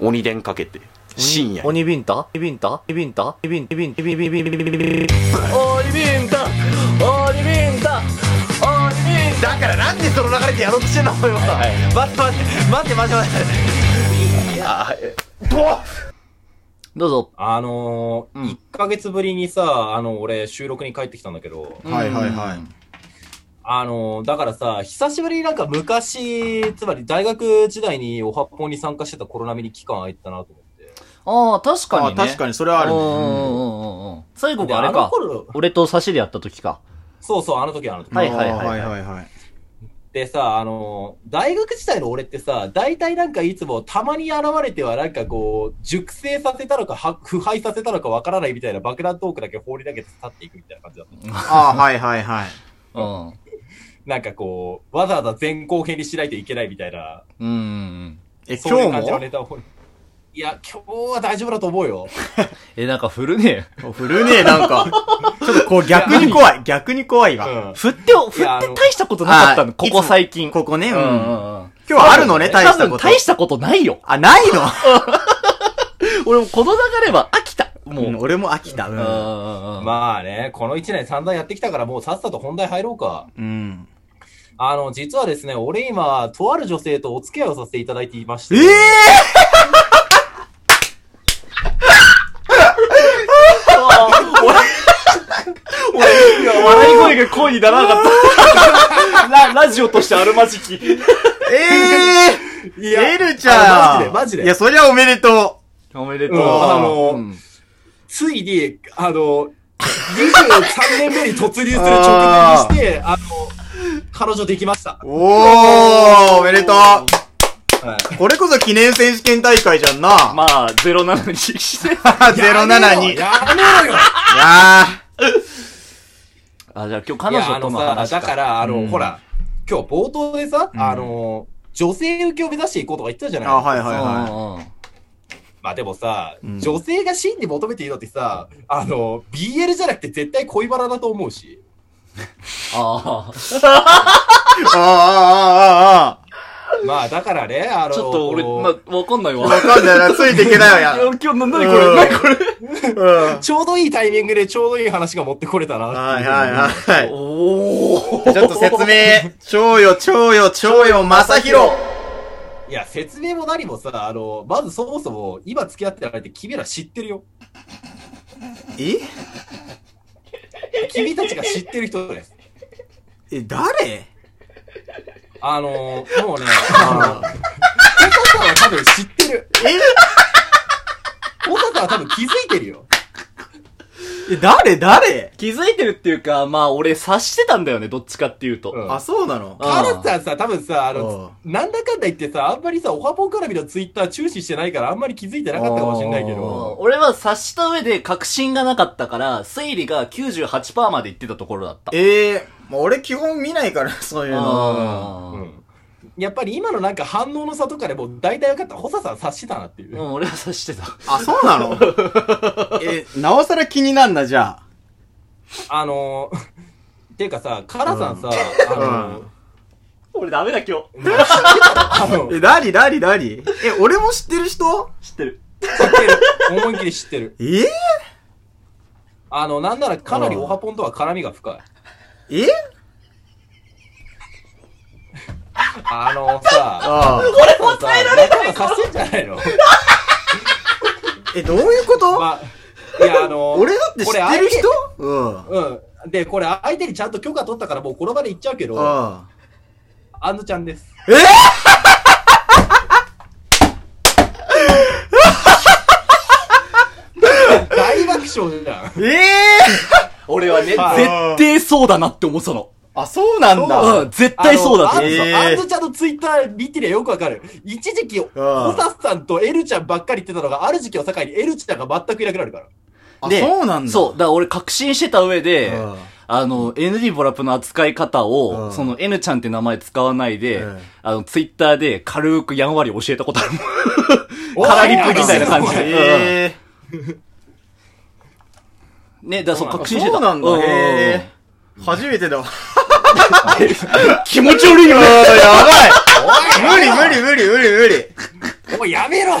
鬼伝かけて深夜に鬼ビンタビンタビンタビンタビンタビンタビンタビンタビンタビンタ鬼ビンタ鬼ビンタだからなんでその流れでやろうとしてんのお前は、はいは待って待って待って待って待ってあどうぞ。あのー、1ヶ月ぶりにさ、あの、俺、収録に帰ってきたんだけど、はいはいはいあのー、だからさ、久しぶりになんか昔、つまり大学時代にお発砲に参加してたコロナミに期間空いたなと思って。ああ、確かあにね。確かにそれはあるねうんうんうんうん。最後でがあれのか。頃、俺と差しでやった時か。そうそう、あの時あの時。はいはいはいはいでさ、あのー、大学時代の俺ってさ、大体なんかいつもたまに現れてはなんかこう、熟成させたのか、は腐敗させたのかわからないみたいな爆弾トークだけ放り投げて去っていくみたいな感じだった。あーはいはいはいうん。うんなんかこう、わざわざ前後編にしないといけないみたいな、うんうん。えそういう今感じの日ネタを掘る。いや、今日は大丈夫だと思うよ。え、なんか振るねも振るねえなんかちょっとこう逆に怖い逆に怖いうわん。振って、振やっあての大したことなかったあの。ーここ最近。ここねうんうんうん今うん。日はあるのね大した多こ分と大したことないよ。あないの俺もこの流れは飽きた。もう。うん俺も飽きたううんんうんうんまあね、この1年散々やってきたからもうさっさと本題入ろうか。うんあの、実はですね、俺今、とある女性とお付き合いをさせていただいていまして。 ええ笑い声が声にならなか った。ララジオとしてあるまじき。ええいやエルちゃんあのマジで、マジいでや、。そりゃおめでとおめでとうう。ん、あの、うんついに、あの、23年目に突入する直前にして、あの、彼女できましたう。。おー、おめでとう。はいこれこそ記念選手権大会じゃんな。まあ、07にして。 07に。いややめろよあ、じゃあ今日彼女とのいやあの話さだから、あの、うんほら、今日冒頭でさ、んあの、女性受けを目指していこうとか言ってたじゃーないあ、はいはいうんはうんうんまあでもさ、うん女性が真に求めているのってさ、あの、BL じゃなくて絶対恋バラだと思うし。ああ。い。ああ、ああ、あまあだからね、あの、ちょっと俺、こうな、わかんないわ。あ。わかんないな、ついていけない わや。今日、な、なにこうれ、んなにこれ。うん。ちょうどいいタイミングでちょうどいい話が持ってこれたなってはいはいはおい。ちょっと説明。超よ、超よ、超よ、まさひろ。いや、説明も何もさ、あの、まずそもそも、今付き合ってる相手、君ら知ってるよ。え君たちが知ってる人です。え、誰あの、もう ね、あの、おさんは多分知ってる。おささんは多分気づいてるよ。え、誰誰気づいてるっていうか、まあ俺察してたんだよね、どっちかっていうと。うんあ、そうなのカラスさんさ、多分さ、あの、うなんだかんだ言ってさ、あんまりさ、オハポン絡みのツイッター注視してないから、あんまり気づいてなかったかもしれないけうんど。俺は察した上で確信がなかったから、推理が98%までいってたところだった。ええ、もう俺基本見ないから、 そういうの。あうーん。やっぱり今のなんか反応の差とかでもう大体分かった。ホサさん察してたなっていうう。ん、俺は察してた。あ、そうなのえ、なおさら気になんな、じゃあ。あのー、っていうかさ、カラさんさ、あのー、俺ダメだ今日。あの、え、なになになにえ、俺も知ってる人知ってる。知ってる。思いっきり知ってる。えあの、なんならかなりオハポンとは絡みが深い。えあのさ、ああ。これ答えられないさせんじゃないのえ、どういうこと、まあ、いや、あの、俺だって知ってる人こうん。れあ相手うん。で、これ相手にちゃんと許可取ったからもうこの場で言っちゃうけど、ああ。んずちゃんです。え ー、大爆笑じゃん。ええ俺はね、絶あー対そうだなって思ってたの。あ、そうなんだ。うん、絶対そうだっあのて。えーあんずちゃんのツイッター見てりゃよくわかる。一時期、ホタさんとエルちゃんばっかり言ってたのが、ある時期を境にエルちゃんが全くいなくなるから。あ、でそうなんだ。そう、だから俺確信してた上でうん、あの、ND ボラップの扱い方うんを、その N ちゃんって名前使わないでうん、あの、ツイッターで軽くやんわり教えたことあるもん。おカラリップみたいな感じで。ええね、だからそう、そうなんだ確信してた。そうなんだんへー初めてだわ。気持ち悪いよやばい。無理無理無理無理無理。お前やめろああ、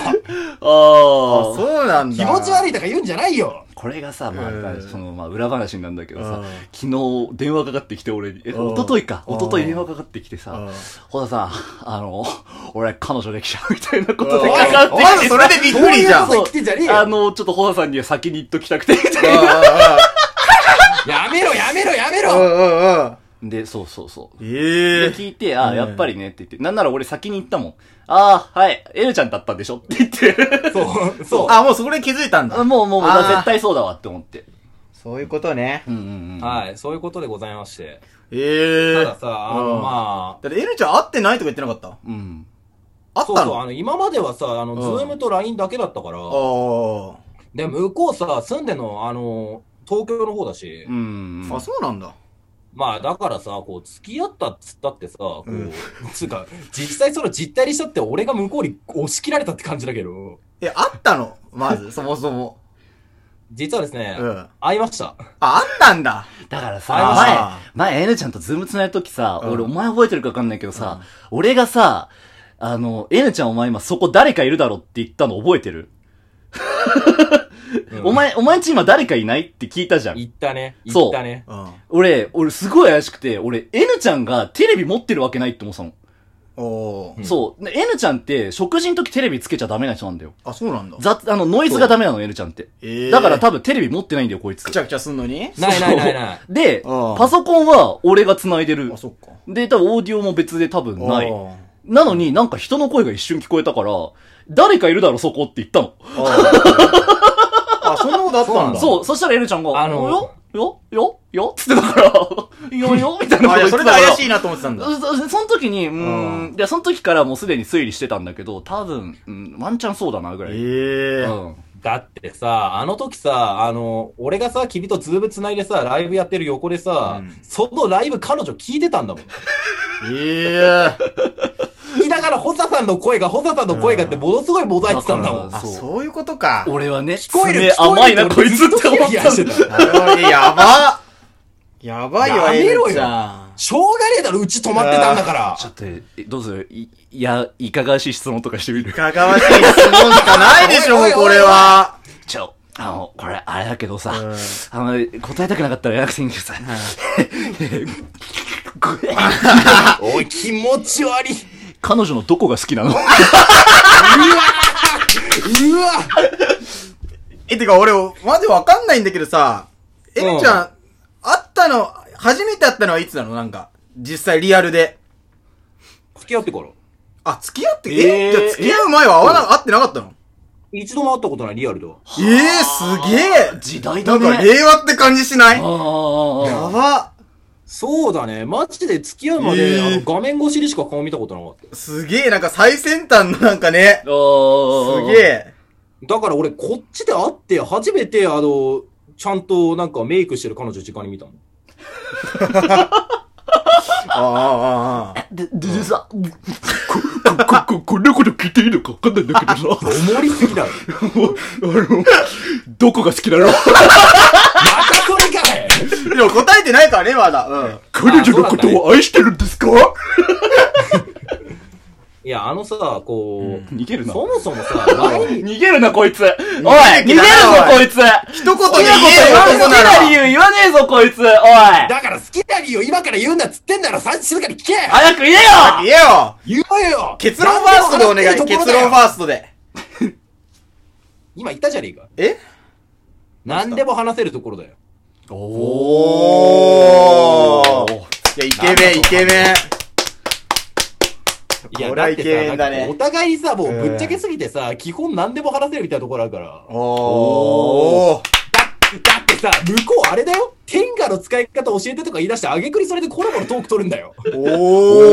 ーそうなんだ。気持ち悪いとか言うんじゃないよこれがさ、まうあ、んその、まあ、裏話なんだけどうさん、昨日電話かかってきて俺に、え、うん一昨日か、うん一昨日電話かかってきてうんさ、小田さん、あの、俺彼女できちゃうみたいなことでおいかかってまきずてそれでびっそうくりいじうゃん。こと言ってんじゃねえあよの、ちょっとホ田さんには先に言っときたくて、みたいな。やめろやめろやめうろんうんうん。 で、そうそうそう。えで、え。聞いて、あうあ、んやっぱりねって言って、なんなら俺先に言ったもん。ああ、はい、エルちゃんだったんでしょって言 って、そう、そう。あ、もうそこで気づいたんだ。もうもう、あー絶対そうだわって思って。そういうことね。うんうんうん。はい、そういうことでございまして。ええ。たださ、あうの、んまだってエルちゃん会ってないとか言ってなかったうん。あ、会っそうたそう、のああの、今まではさ、あの、うんズームと LINE だけだったから、あで、向こうさ、住んでんの、あの、東京の方だし、うん。あ、そうなんだ。まあ、だからさ、こう、付き合ったっつったってさ、こう、うん つうか、実際その実態にしたって、俺が向こうに押し切られたって感じだけど、え、会ったのま ず、そもそも。実はですね、うん会いました。あ、あったんだ。だからあさ、前、前、エヌちゃんとズーム繋いだ時さ、うん俺、お前覚えてるかわかんないけどさ、俺がさ、あの、エヌちゃんお前今そこ誰かいるだろって言ったの覚えてる、うんお前、お前んち今誰かいないって聞いたじゃん。行ったね。そう行ったね。うん。俺、俺すごい怪しくて、俺、エヌちゃんがテレビ持ってるわけないって思ってたの。おーうんそう。で N ちゃんって、食事の時テレビつけちゃダメな人なんだよ。あ、そうなんだ。雑、あの、ノイズがダメなの、N ちゃんって。ええ。だからた多分テレビ持ってないんだよ、こいつく。ちゃくちゃすんのにないないないない。で、うんパソコンは俺が繋いでるあ、。そっか。で、多分オーディオも別で多分ない。あーなのになんか人の声が一瞬聞こえたから、誰かいるだろ、そこって言ったの。あ、そんなことあったんだ。そう、そしたら N ちゃんが、あのよよよよつってだから、 よよみたいなこと言っあ、いや、てそたかれでら。怪しいなと思ってたんだ。そそその時に、うー、うんいや、その時からもうすでに推理してたんだけど、多分、うん、ワンチャンそうだな、ぐらい。ええ。うん。だってさ、あの時さ、あの、俺がさ、君とズーム繋いでさ、ライブやってる横でさ、うんそのライブ彼女聞いてたんだもん。ええ。聞きながら、ホサさんの声が、ホサさんの声がって、ものすごいモザイクさんだもだん。かあ、そうそういうことか。俺はね、聞こえる爪聞こ甘えいるな、こいつって思っ俺たずんっとだヒヤヒヤしてあれやばやばいやわ、めろよエルちゃんしょうがねえだろ、うち止まってたんだから。ちょっと、えどうするい、いや、いかがわしい質問とかしてみるいかがわしい質問しかないでしょ、もうこれは。ちょ、あの、これ、あれだけどさ、うんあの、答えたくなかったらやらなくていいんだけどさ、ごめんおい、気持ち悪い。 彼女のどこが好きなのうわえ、てか俺、マジわかんないんだけどさ、エルちゃん、会ったの、初めて会ったのはいつなのなんか、実際リアルで。付き合ってから。あ、付き合って、えーえ、じゃあ付き合う前は会わな、会ってなかったの一度も会ったことない、リアルでは。ええ、すげえ時代だなんね。か令和って感じしないあやあ、ばそうだね。マジで付き合うまで、えーあの画面越しでしか顔見たことなかっすげえ、なんか最先端のなんかね、すすげ。え。た。だから俺、こっちで会って、初めて、あの、ちゃんとなんかメイクしてる彼女時間に見たの。ああ、ああ、ああ。で、ででさ、こ、こ、こ、こんなこと聞いていいのかわかんないんだけどさ、思りすぎだろ。あの、どこが好きなのまたそれかいでも答えてないからね、まだ。うん。彼女のことを愛してるんですかいや、あのさ、こう、逃げるな。そもそもさ、LINE 逃げるな、こいつ。おい、逃げげるぞる気だな、こいつ。一言で好きなこと言え言よ、わ男好きなな理ら。由言わねえぞ、こいつ。おい。だから好きな理由今から言うんだっつってんだろ、さ静かに聞け早く言えよ言えよ言おうよ結論ファーストでお願い、結論ファスト。ーストで。今言ったじゃねえか。え何でも話せるところだよ。おー。いや、イケメン、イケメン。いや、これはだってさイケメンだねなんかお互いにさ、もううんぶっちゃけすぎてさ、基本何でも話せるみたいなところあるから。だおー。だってさ、向こうあれだよ天下の使い方教えてとか言い出して、あげくりそれでコラボのトーク取るんだよ。おー。おー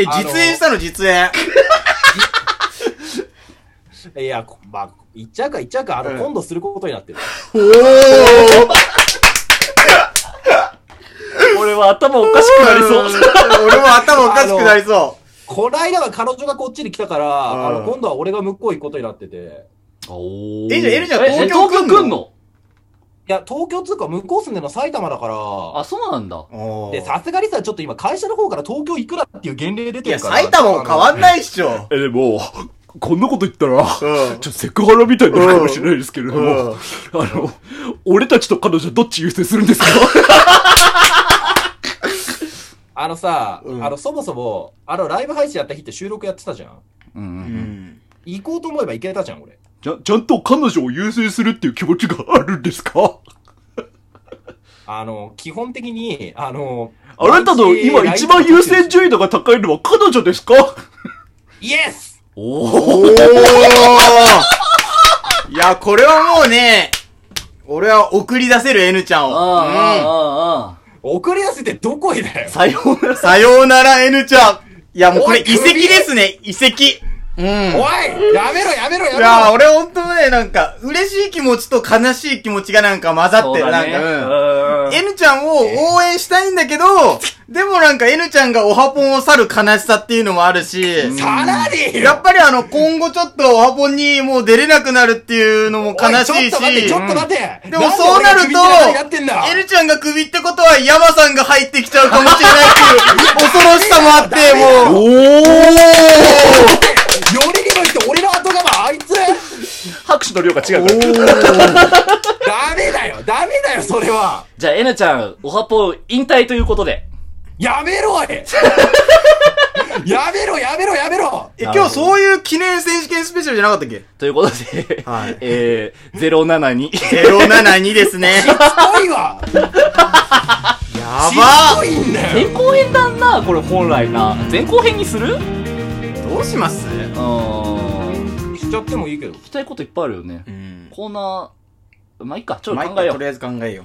え、実演したの、実演。 いや、こまあ、言っちゃうか言っちゃうか、あうんの、今度することになってる。おー。 俺は頭おかしくなりそう。 俺も頭おかしくなりそこないだは彼女がこっちに来たから、あうの、ん今度は俺が向こう行くことになってて。おえじゃあエルちゃんえ東京来んの来んのや、東京つうか、向こう住んでるの埼玉だからあ、、そうなんだ。おーで、さすがにさ、ちょっと今、会社の方から東京行くなっていう原例出いてや、るから。埼玉も変わんないっしょ。え、でも、こんなこと言ったら、 うんちょっとセクハラみたいになるかもしれないですけれどうも、んあの、俺たちと彼女どっち優先するんですかあのさ、うんあの、そもそも、あの、ライブ配信やった日って収録やってたじゃん。うんうんううんん。行こうと思えば行けたじゃん、俺。ちゃん、ちゃんと彼女を優先するっていう気持ちがあるんですかあの、基本的に、あの、あなたの今一番優先順位度が高いのは彼女ですかイエスおおおおいや、これはもうね、俺は送り出せる N ちゃんあを。うんあ、ああ、ああ。送り出せてどこへだよさようなら。さようなら N ちゃん。いや、もうこれおい遺跡ですね、遺跡。うん。おいやめろやめろいややー、俺ほんとね、なんか、嬉しい気持ちと悲しい気持ちがなんか混ざってる。なんか、うん。か N ちゃんを応援したいんだけど、でもなんか N ちゃんがおはぽんを去る悲しさっていうのもあるし、めろさらにやっぱりあの、今後ちょっとおはぽんにもう出れなくなるっていうのも悲しいし、おいちょっと待って、ちょっと待ってでもそうなるとなんで俺が首に手がやってんだ、 N ちゃんがクビってことは、ヤマさんが入ってきちゃうかもしれないっていう、恐ろしさもあって、もう。おーよりにもって俺の後釜あいつ拍手の量が違うから。ダメだよダメだよそれはじゃあ、N ちゃん、おはぽ引退ということで。やめ ろおいやめろやめろやめろえ、今日そういう記念選手権スペシャルじゃなかったっけということで、はい えー、072。 ?072 で すね。遠いわや遠いんだよ前後編だな、これ本来な。前後編にするうばどうしますーん。 しちゃってもいいけど聞きたいこといっぱいあるよね。うん。コーナー、まあ、いいか、ちょっと毎考え回よとうり。あえず考えよう。